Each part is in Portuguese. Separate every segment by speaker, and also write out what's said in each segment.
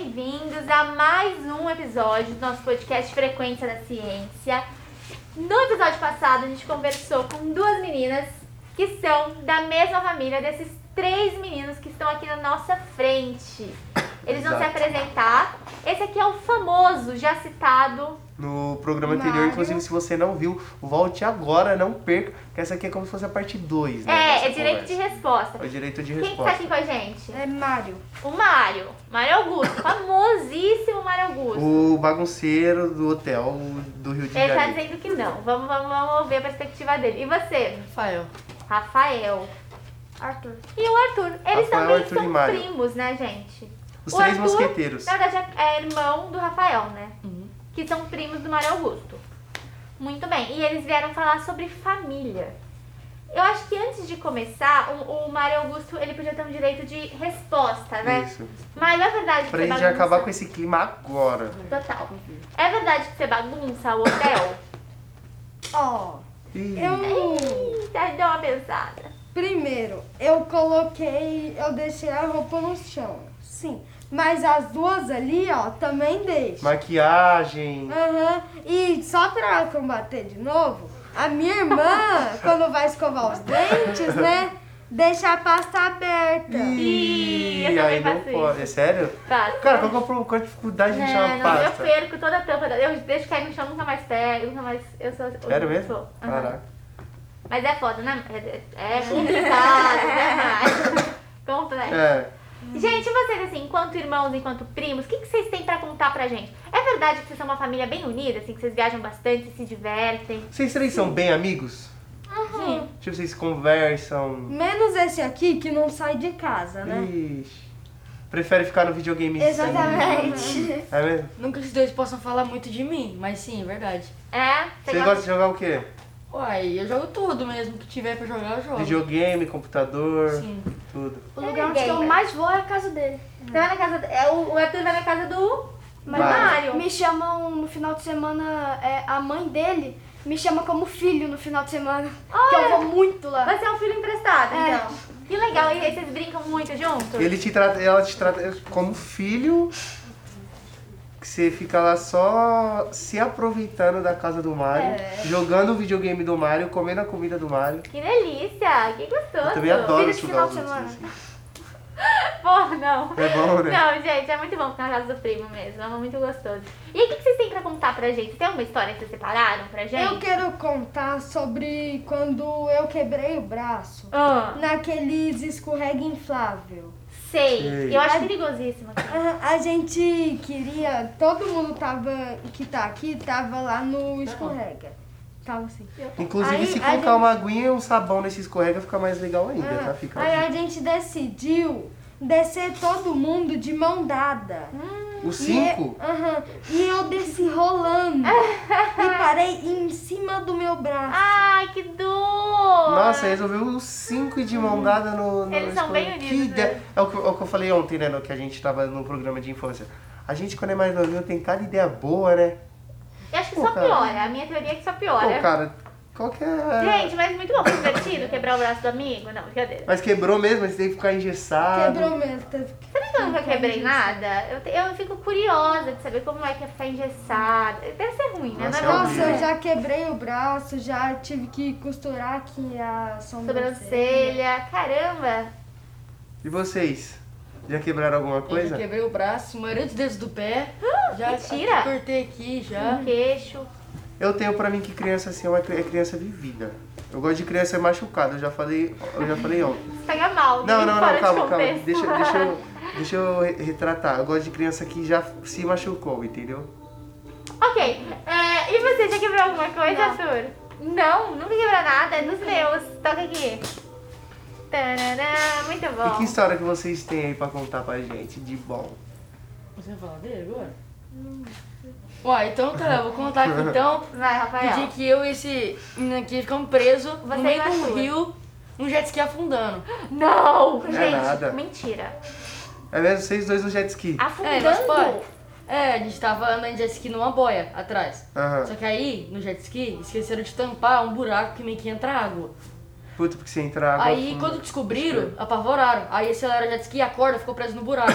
Speaker 1: bem-vindos a mais um episódio do nosso podcast Frequência da Ciência. No episódio passado, a gente conversou com duas meninas que são da mesma família desses três meninos que estão aqui na nossa frente. Eles vão se
Speaker 2: Exato.
Speaker 1: apresentar. Esse aqui é o famoso, já citado.
Speaker 2: No programa anterior,
Speaker 1: Mário.
Speaker 2: inclusive, se você não viu, volte agora, não perca, que essa aqui é como se fosse a parte 2, né?
Speaker 1: É,
Speaker 2: dessa
Speaker 1: é direito de
Speaker 2: conversa.
Speaker 1: resposta.
Speaker 2: É o direito de
Speaker 1: Quem que tá
Speaker 2: resposta.
Speaker 1: aqui com a gente?
Speaker 3: É Mário.
Speaker 1: O Mário. Mário Augusto. Famosíssimo Mário Augusto.
Speaker 2: O bagunceiro do hotel do Rio de
Speaker 1: Ele tá
Speaker 2: Janeiro.
Speaker 1: dizendo que não. Vamos, vamos, vamos ouvir a perspectiva dele. E você?
Speaker 3: Rafael.
Speaker 1: Rafael.
Speaker 3: Arthur.
Speaker 1: E o Arthur. Eles
Speaker 2: Rafael,
Speaker 1: também
Speaker 2: Arthur e
Speaker 1: são
Speaker 2: Mário.
Speaker 1: primos, né, gente?
Speaker 2: Os
Speaker 1: o
Speaker 2: três
Speaker 1: Arthur-
Speaker 2: mosqueteiros.
Speaker 1: Na verdade, é é irmão do Rafael, né?
Speaker 3: Uhum.
Speaker 1: Que são primos do Mário Augusto. Muito bem. E eles vieram falar sobre família. Eu acho que antes de começar, o, o Mário Augusto, ele podia ter um direito de resposta, né?
Speaker 2: Isso.
Speaker 1: Mas é verdade que
Speaker 2: Pra
Speaker 1: você
Speaker 2: gente
Speaker 1: bagunça-
Speaker 2: acabar com esse clima agora.
Speaker 1: Total. É verdade que você bagunça o hotel?
Speaker 3: Ó,
Speaker 2: Ih, Uhum.
Speaker 3: eu.
Speaker 1: Eita, deu uma pensada.
Speaker 3: Primeiro, eu coloquei. Eu deixei a roupa no chão. Sim. Mas as duas ali, ó, também deixo.
Speaker 2: Maquiagem.
Speaker 3: Aham. E só pra combater de novo, a minha irmã, quando vai escovar os dentes, né? Deixa a pasta aberta.
Speaker 1: Ih, eu também
Speaker 2: aí não
Speaker 1: faço
Speaker 2: pode. É sério?
Speaker 1: Faço.
Speaker 2: Cara, qual que é o pro- qual é a dificuldade de
Speaker 1: Não,
Speaker 2: deixar uma
Speaker 1: não, eu
Speaker 2: pasta?
Speaker 1: perco toda a tampa. da- Eu deixo cair no chão, nunca mais pego, nunca mais. Eu sou. eu
Speaker 2: Sério mesmo?
Speaker 1: sou. Aham.
Speaker 2: Caraca.
Speaker 1: Mas é foda, né? É- É complicado, né? Mas- Complexo.
Speaker 2: É.
Speaker 1: Gente, e vocês, assim, enquanto irmãos, enquanto primos, o que, que vocês têm pra contar pra gente? É verdade que vocês são uma família bem unida, assim, que vocês viajam bastante, se divertem?
Speaker 2: Vocês três são bem amigos?
Speaker 1: Sim.
Speaker 2: Tipo, vocês conversam.
Speaker 3: Menos esse aqui que não sai de casa, né?
Speaker 2: Ixi. Prefere ficar no videogame
Speaker 3: Exatamente.
Speaker 2: É mesmo?
Speaker 4: Nunca os dois possam falar muito de mim, mas sim, é verdade.
Speaker 1: É? Você
Speaker 2: Você gosta de jogar o quê?
Speaker 4: Uai, eu jogo tudo mesmo que tiver pra jogar, eu jogo.
Speaker 2: Videogame, computador,
Speaker 4: Sim.
Speaker 2: tudo.
Speaker 5: O lugar onde
Speaker 1: Ninguém,
Speaker 5: eu
Speaker 1: né?
Speaker 5: mais vou é a casa dele.
Speaker 1: Você vai na casa. É, o o Arthur vai na casa do.
Speaker 5: Mas
Speaker 1: Mário.
Speaker 5: me chamam no final de semana, é, a mãe dele me chama como filho no final de semana. Que eu vou muito lá.
Speaker 1: Vai ser um filho emprestado,
Speaker 5: É.
Speaker 1: então. Que legal, e aí vocês brincam muito juntos?
Speaker 2: Ele te trata, ela te trata como filho. Que você fica lá só se aproveitando da casa do Mario, jogando o videogame do Mario, comendo a comida do Mario.
Speaker 1: Que delícia, que gostoso.
Speaker 2: Eu também adoro
Speaker 5: Filho de
Speaker 2: estudar
Speaker 5: final
Speaker 2: os
Speaker 5: de
Speaker 2: outros.
Speaker 5: semana.
Speaker 2: assim.
Speaker 1: Pô, não.
Speaker 2: É bom, né?
Speaker 1: Não, gente, é muito bom ficar na casa do primo mesmo. É muito gostoso. E aí, o que que vocês têm pra contar pra gente? Tem alguma história que vocês separaram pra gente?
Speaker 3: Eu quero contar sobre quando eu quebrei o braço.
Speaker 1: Ah,
Speaker 3: naqueles escorrega inflável.
Speaker 1: sei.
Speaker 2: Sei.
Speaker 1: Eu acho perigosíssimo. aqui.
Speaker 3: A- A gente queria, todo mundo tava que tá aqui tava lá no escorrega. Tava assim.
Speaker 2: Inclusive,
Speaker 3: Aí,
Speaker 2: se
Speaker 3: a
Speaker 2: colocar
Speaker 3: gente-
Speaker 2: uma aguinha e um sabão nesse escorrega, fica mais legal ainda,
Speaker 3: Ah,
Speaker 2: tá? Fica
Speaker 3: aí a gente decidiu descer todo mundo de mão dada.
Speaker 2: Os cinco?
Speaker 3: E, é- aham. e eu desci rolando. e parei em cima do meu braço.
Speaker 1: Ai, que dor!
Speaker 2: Nossa, resolveu os cinco de mão dada no, no
Speaker 1: Eles são bem
Speaker 2: escola.
Speaker 1: unidos,
Speaker 2: Que
Speaker 1: né?
Speaker 2: ideia. É o que, é o que eu falei ontem, né? no- Que a gente tava no programa de infância. A gente, quando é mais novinho, tem cada ideia boa, né?
Speaker 1: Eu acho que
Speaker 2: Pô,
Speaker 1: só
Speaker 2: cara.
Speaker 1: piora. A minha teoria é que só
Speaker 2: Pô,
Speaker 1: piora.
Speaker 2: cara, qual que é.
Speaker 1: Gente, mas muito bom. Foi divertido quebrar o braço do amigo? Não, brincadeira.
Speaker 2: Mas quebrou mesmo, mas tem que ficar engessado.
Speaker 3: Quebrou mesmo. teve que-
Speaker 1: Será que eu nunca quebrei nada? Eu, te- eu fico curiosa de saber como é que é ficar engessada. Deve ser ruim, né?
Speaker 2: Nossa,
Speaker 1: Não é bom,
Speaker 3: Nossa,
Speaker 2: horrível.
Speaker 1: né?
Speaker 3: eu já quebrei o braço, já tive que costurar aqui a sobrancelha.
Speaker 1: Sobrancelha. Caramba.
Speaker 2: E vocês? Já quebraram alguma
Speaker 4: Eu
Speaker 2: coisa?
Speaker 4: já quebrei o braço, a maioria dos dedos do pé.
Speaker 5: Ah,
Speaker 4: já
Speaker 1: mentira.
Speaker 4: cortei aqui
Speaker 5: Hum.
Speaker 2: Uhum.
Speaker 4: já.
Speaker 1: Queixo.
Speaker 2: Eu tenho pra mim que criança assim é, uma, cri- é criança vivida. Eu gosto de criança machucada, eu já falei, eu já falei ontem.
Speaker 1: Isso pega mal.
Speaker 2: Não,
Speaker 1: bem
Speaker 2: não,
Speaker 1: fora
Speaker 2: não,
Speaker 1: de
Speaker 2: calma, calma.
Speaker 1: contexto.
Speaker 2: Deixa, deixa, eu, deixa eu re- retratar. Eu gosto de criança que já se machucou, entendeu?
Speaker 1: Ok. é, e você já quebrou alguma coisa, Arthur? Não, nunca quebrou nada. É dos meus. Toca aqui. Tananã, muito
Speaker 2: E
Speaker 1: bom.
Speaker 2: que história que vocês têm aí pra contar pra gente de bom?
Speaker 4: Você vai falar dele agora? Uai, então tá, eu vou contar aqui então.
Speaker 1: Vai,
Speaker 4: O dia
Speaker 1: Rafael.
Speaker 4: que eu e esse menino aqui ficamos presos
Speaker 1: Você
Speaker 4: no
Speaker 1: e
Speaker 4: meio
Speaker 1: o Arthur.
Speaker 4: do rio, num jet ski afundando.
Speaker 1: Não!
Speaker 2: é
Speaker 1: Gente,
Speaker 2: nada.
Speaker 1: mentira.
Speaker 2: É mesmo? Vocês dois no jet
Speaker 5: Ah.
Speaker 2: ski?
Speaker 4: É, mas
Speaker 1: Afundando.
Speaker 4: pode. É, a gente tava andando de jet ski numa boia atrás.
Speaker 2: Aham.
Speaker 4: Só que aí, no jet ski, esqueceram de tampar um buraco que meio que entra água.
Speaker 2: Puta, porque você entra água
Speaker 4: Aí
Speaker 2: funda. é.
Speaker 4: quando descobriram, apavoraram. Aí acelera o jet ski, acorda, ficou preso no buraco.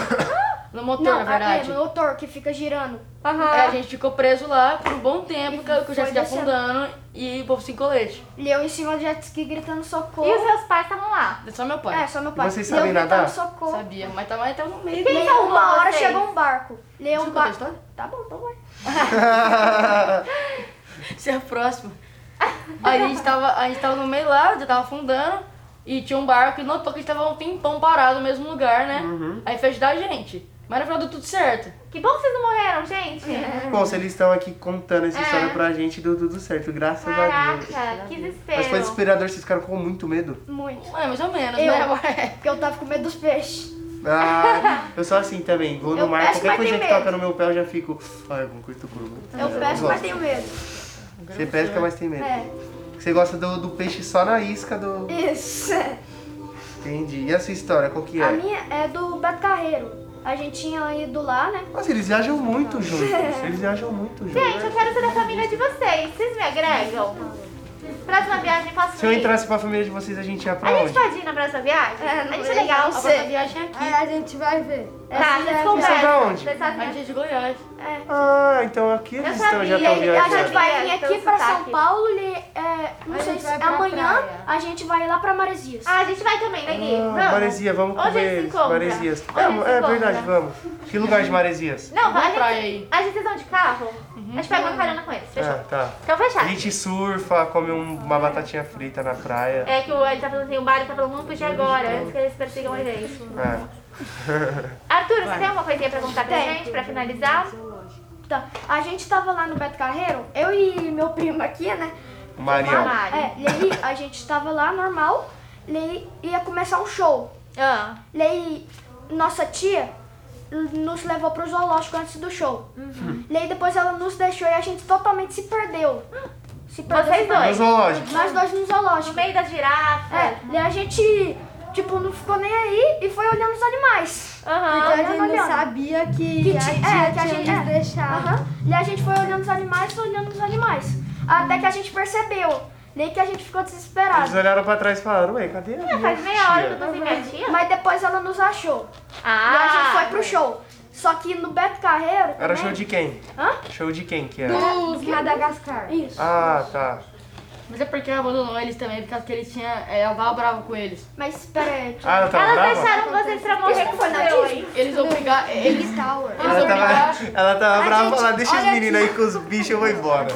Speaker 4: No motor,
Speaker 5: Não,
Speaker 4: na
Speaker 5: a- é,
Speaker 4: verdade.
Speaker 5: no motor que fica girando.
Speaker 4: É, a
Speaker 1: Aham.
Speaker 4: gente ficou preso lá por um bom tempo,
Speaker 5: E
Speaker 4: que eu já
Speaker 5: foi
Speaker 4: se
Speaker 5: descendo.
Speaker 4: afundando e o povo sem colete.
Speaker 5: E eu em cima do jet ski gritando socorro.
Speaker 1: E os seus pais estavam lá.
Speaker 4: Só meu pai.
Speaker 5: É, só meu pai.
Speaker 2: Vocês
Speaker 5: E eu
Speaker 2: sabem
Speaker 5: gritando
Speaker 2: nadar?
Speaker 5: socorro.
Speaker 4: Sabia, mas tava até no meio.
Speaker 5: Leão,
Speaker 1: salvou
Speaker 5: uma hora
Speaker 1: vocês?
Speaker 5: chegou um barco. Leão
Speaker 4: Desculpa a
Speaker 5: barco.
Speaker 4: história?
Speaker 5: Tá bom, então vai.
Speaker 4: Você é próximo. Aí a gente, tava, a gente tava no meio lá, já tava afundando. E tinha um barco e notou que a gente tava um tempão parado no mesmo lugar, né?
Speaker 2: Uhum.
Speaker 4: Aí fez da gente. Mas no final deu tudo certo.
Speaker 1: Que bom que vocês não morreram, gente.
Speaker 5: É.
Speaker 2: Bom, se eles estão aqui contando essa
Speaker 1: É.
Speaker 2: história pra gente, deu tudo certo, graças a
Speaker 1: Caraca,
Speaker 2: Deus.
Speaker 1: que
Speaker 2: Mas foi
Speaker 1: desespero.
Speaker 2: desesperador, vocês ficaram com muito medo.
Speaker 5: Muito.
Speaker 4: Ué, mais ou menos,
Speaker 5: Eu.
Speaker 4: né? Ué.
Speaker 5: Porque eu
Speaker 3: Tá
Speaker 5: tava com medo dos peixes.
Speaker 2: Ah, eu sou assim também, vou no
Speaker 5: Eu
Speaker 2: mar,
Speaker 5: peço,
Speaker 2: qualquer
Speaker 5: mas
Speaker 2: coisinha
Speaker 5: tem
Speaker 2: que toca no meu pé eu já fico. Ai, alguma coisa tô curva.
Speaker 5: Eu peço, mas tenho medo.
Speaker 2: Você pesca, mas tem medo.
Speaker 5: É.
Speaker 2: Você gosta do, do peixe só na isca do.
Speaker 5: Isso.
Speaker 2: Entendi. E a sua história, qual que é?
Speaker 5: A minha é do Beto Carreiro. A gente tinha ido lá, né?
Speaker 2: Nossa, eles viajam muito juntos. Eles viajam muito
Speaker 1: Gente,
Speaker 2: juntos.
Speaker 1: eu quero ser da família de vocês. Vocês me agregam? Próxima viagem posso
Speaker 2: Se eu
Speaker 1: ir?
Speaker 2: entrasse pra família de vocês, a gente ia pra
Speaker 1: A gente
Speaker 2: onde?
Speaker 1: pode ir na próxima viagem?
Speaker 3: É,
Speaker 1: a
Speaker 3: não
Speaker 1: gente é
Speaker 3: é
Speaker 1: legal.
Speaker 3: legal.
Speaker 4: A
Speaker 3: Sei.
Speaker 4: próxima viagem é aqui.
Speaker 3: Aí a gente vai ver.
Speaker 1: Tá,
Speaker 3: Essa
Speaker 1: vocês
Speaker 3: é a
Speaker 1: conversam.
Speaker 2: da onde?
Speaker 1: Vocês fazem-
Speaker 4: A gente é de Goiás.
Speaker 2: Ah, então aqui eles estão, já
Speaker 1: sabia, eu
Speaker 2: estão
Speaker 5: A
Speaker 1: Viajando.
Speaker 5: gente
Speaker 2: viajando.
Speaker 5: vai vir
Speaker 1: né, Pelo
Speaker 5: aqui pra São
Speaker 1: sotaque.
Speaker 5: Paulo e é, não
Speaker 3: Tá A
Speaker 5: sei
Speaker 3: gente
Speaker 5: se
Speaker 3: vai pra
Speaker 5: amanhã
Speaker 3: praia.
Speaker 5: a gente vai lá pra Maresias.
Speaker 1: Ah, a gente vai também, né, Gui?
Speaker 2: Ah, Maresia, vamos
Speaker 1: Onde
Speaker 2: comer
Speaker 1: eles se
Speaker 2: eles,
Speaker 1: encontram?
Speaker 2: Maresias.
Speaker 1: Onde
Speaker 2: É,
Speaker 1: eles se
Speaker 2: é verdade,
Speaker 1: encontram?
Speaker 2: vamos. Que lugar de Maresias?
Speaker 1: Não,
Speaker 4: Vamos
Speaker 1: vai.
Speaker 4: pra
Speaker 1: a
Speaker 4: praia
Speaker 1: gente-
Speaker 4: aí.
Speaker 1: A gente vocês vão de carro? A gente pega uma carona com eles, fechou?
Speaker 2: Ah, tá.
Speaker 1: Então
Speaker 2: A
Speaker 1: fechado.
Speaker 2: gente surfa, come um- uma batatinha frita na praia.
Speaker 1: É que o ele tá falando assim, o Mário tá falando, não puxa agora, antes que eles persigam a gente.
Speaker 2: É.
Speaker 1: Arthur, você tem alguma coisinha pra contar pra gente, pra finalizar?
Speaker 5: Tá. A gente tava lá no Beto Carreiro, eu e meu primo aqui, né?
Speaker 2: O Marião.
Speaker 1: Mamar.
Speaker 5: É, e aí a gente tava lá normal, e aí ia começar um show.
Speaker 1: Ah,
Speaker 5: E aí nossa tia nos levou pro zoológico antes do show.
Speaker 1: Uhum.
Speaker 5: E aí depois ela nos deixou e a gente totalmente se perdeu. Se perdeu.
Speaker 1: vocês
Speaker 5: se perdeu.
Speaker 2: No
Speaker 1: dois.
Speaker 2: zoológico.
Speaker 5: Nós dois no
Speaker 1: No
Speaker 5: zoológico.
Speaker 1: meio das girafas.
Speaker 5: É, e a gente, tipo, não ficou nem aí e foi olhando os animais.
Speaker 1: Aham.
Speaker 3: Porque a
Speaker 5: olhando,
Speaker 3: gente não
Speaker 5: olhando.
Speaker 3: sabia que,
Speaker 5: Que
Speaker 3: a
Speaker 5: ti-
Speaker 3: tia
Speaker 5: é, que
Speaker 3: tinha
Speaker 5: a gente-
Speaker 3: nos
Speaker 5: é.
Speaker 3: deixado.
Speaker 5: Aham. E a gente foi olhando os animais, olhando os animais. Até que a gente percebeu. Daí que a gente ficou
Speaker 2: Eles
Speaker 5: desesperado.
Speaker 2: olharam pra trás e falaram, ué, cadê a minha
Speaker 1: Faz meia hora que eu
Speaker 2: tia?
Speaker 1: tô sem minha
Speaker 2: é.
Speaker 1: tia.
Speaker 5: Mas depois ela nos achou. E
Speaker 1: Ah,
Speaker 5: a gente foi pro show. Só que no Beto
Speaker 2: Era
Speaker 5: Carreiro.
Speaker 1: né?
Speaker 5: também-
Speaker 2: show de quem?
Speaker 5: Hã?
Speaker 2: Show de quem que era?
Speaker 3: Dos Madagascar.
Speaker 5: Isso.
Speaker 2: Ah, tá.
Speaker 4: Mas é porque ela abandonou eles também, porque ele tinha. Ela tava brava com eles.
Speaker 5: Mas espera aí.
Speaker 2: Ah, ela tava
Speaker 1: Elas
Speaker 2: brava?
Speaker 1: deixaram vocês pra morrer
Speaker 5: Isso não foi
Speaker 1: com
Speaker 5: na
Speaker 1: seu,
Speaker 5: Disney?
Speaker 1: hein?
Speaker 4: Eles obrigaram. Eles,
Speaker 5: Big Tower.
Speaker 4: eles
Speaker 2: Ela
Speaker 4: obrigaram.
Speaker 2: tava, ela tava brava
Speaker 5: gente,
Speaker 2: e falou, deixa os
Speaker 5: olha
Speaker 2: meninos aí com os bichos eu vou embora.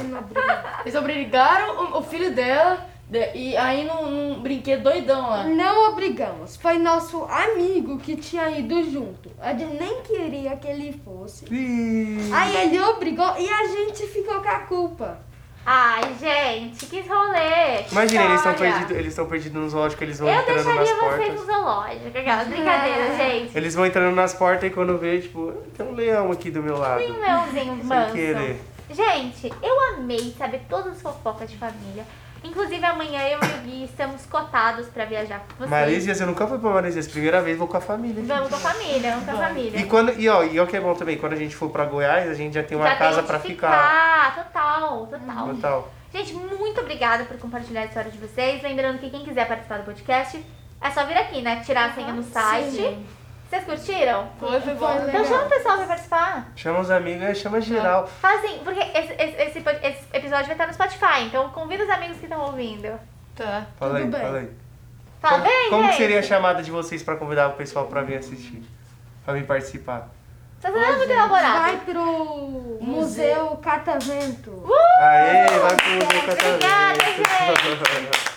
Speaker 4: Eles obrigaram o, o filho dela de- e aí num, num brinquedo doidão lá.
Speaker 3: Não obrigamos. Foi nosso amigo que tinha ido junto. A gente nem queria que ele fosse.
Speaker 2: Ih.
Speaker 3: Aí ele obrigou e a gente ficou com a culpa.
Speaker 1: Ai, gente, que rolê. que
Speaker 2: Imagina, eles estão
Speaker 1: história.
Speaker 2: perdidos, eles estão perdidos no zoológico, eles vão
Speaker 1: Eu
Speaker 2: entrando nas
Speaker 1: deixaria vocês no
Speaker 2: portas.
Speaker 1: zoológico, aquelas brincadeiras, gente.
Speaker 2: Eles vão entrando nas portas e quando vê, tipo, "Ah, tem um leão aqui do meu lado.
Speaker 1: Tem um leãozinho manso.
Speaker 2: querer.
Speaker 1: Gente, eu amei saber todas as fofocas de família. Inclusive, amanhã eu e o Gui estamos cotados pra viajar com vocês.
Speaker 2: Maresias, eu nunca fui pra Maresias, primeira vez vou com a família.
Speaker 1: Vamos né? com a família, vamos com a família.
Speaker 2: E quando, e ó, e ó que é bom também, quando a gente for pra Goiás, a gente já tem uma
Speaker 1: Já tem um
Speaker 2: casa
Speaker 1: onde
Speaker 2: pra ficar. Então,
Speaker 1: Total, total.
Speaker 2: Total.
Speaker 1: Gente, muito obrigada por compartilhar a história de vocês. Lembrando que quem quiser participar do podcast, é só vir aqui, né? Tirar a senha no site. Vocês curtiram?
Speaker 4: Foi, foi né? bom.
Speaker 1: Então chama o pessoal pra participar.
Speaker 2: Chama os amigos, é, chama geral.
Speaker 1: Fala assim, porque esse, esse- esse pod- esse episódio vai estar no Spotify, então convida os amigos que estão ouvindo.
Speaker 4: Tá.
Speaker 2: Fala aí,
Speaker 3: Tudo bem.
Speaker 2: fala aí.
Speaker 1: Fala,
Speaker 2: como
Speaker 1: vem,
Speaker 2: como que
Speaker 1: vem.
Speaker 2: seria a chamada de vocês pra convidar o pessoal pra vir assistir? Pra vir participar?
Speaker 1: Tá sendo muito elaborado.
Speaker 3: Vai pro Museu Catavento.
Speaker 2: Aê, vai pro Museu Catavento.
Speaker 1: Obrigada,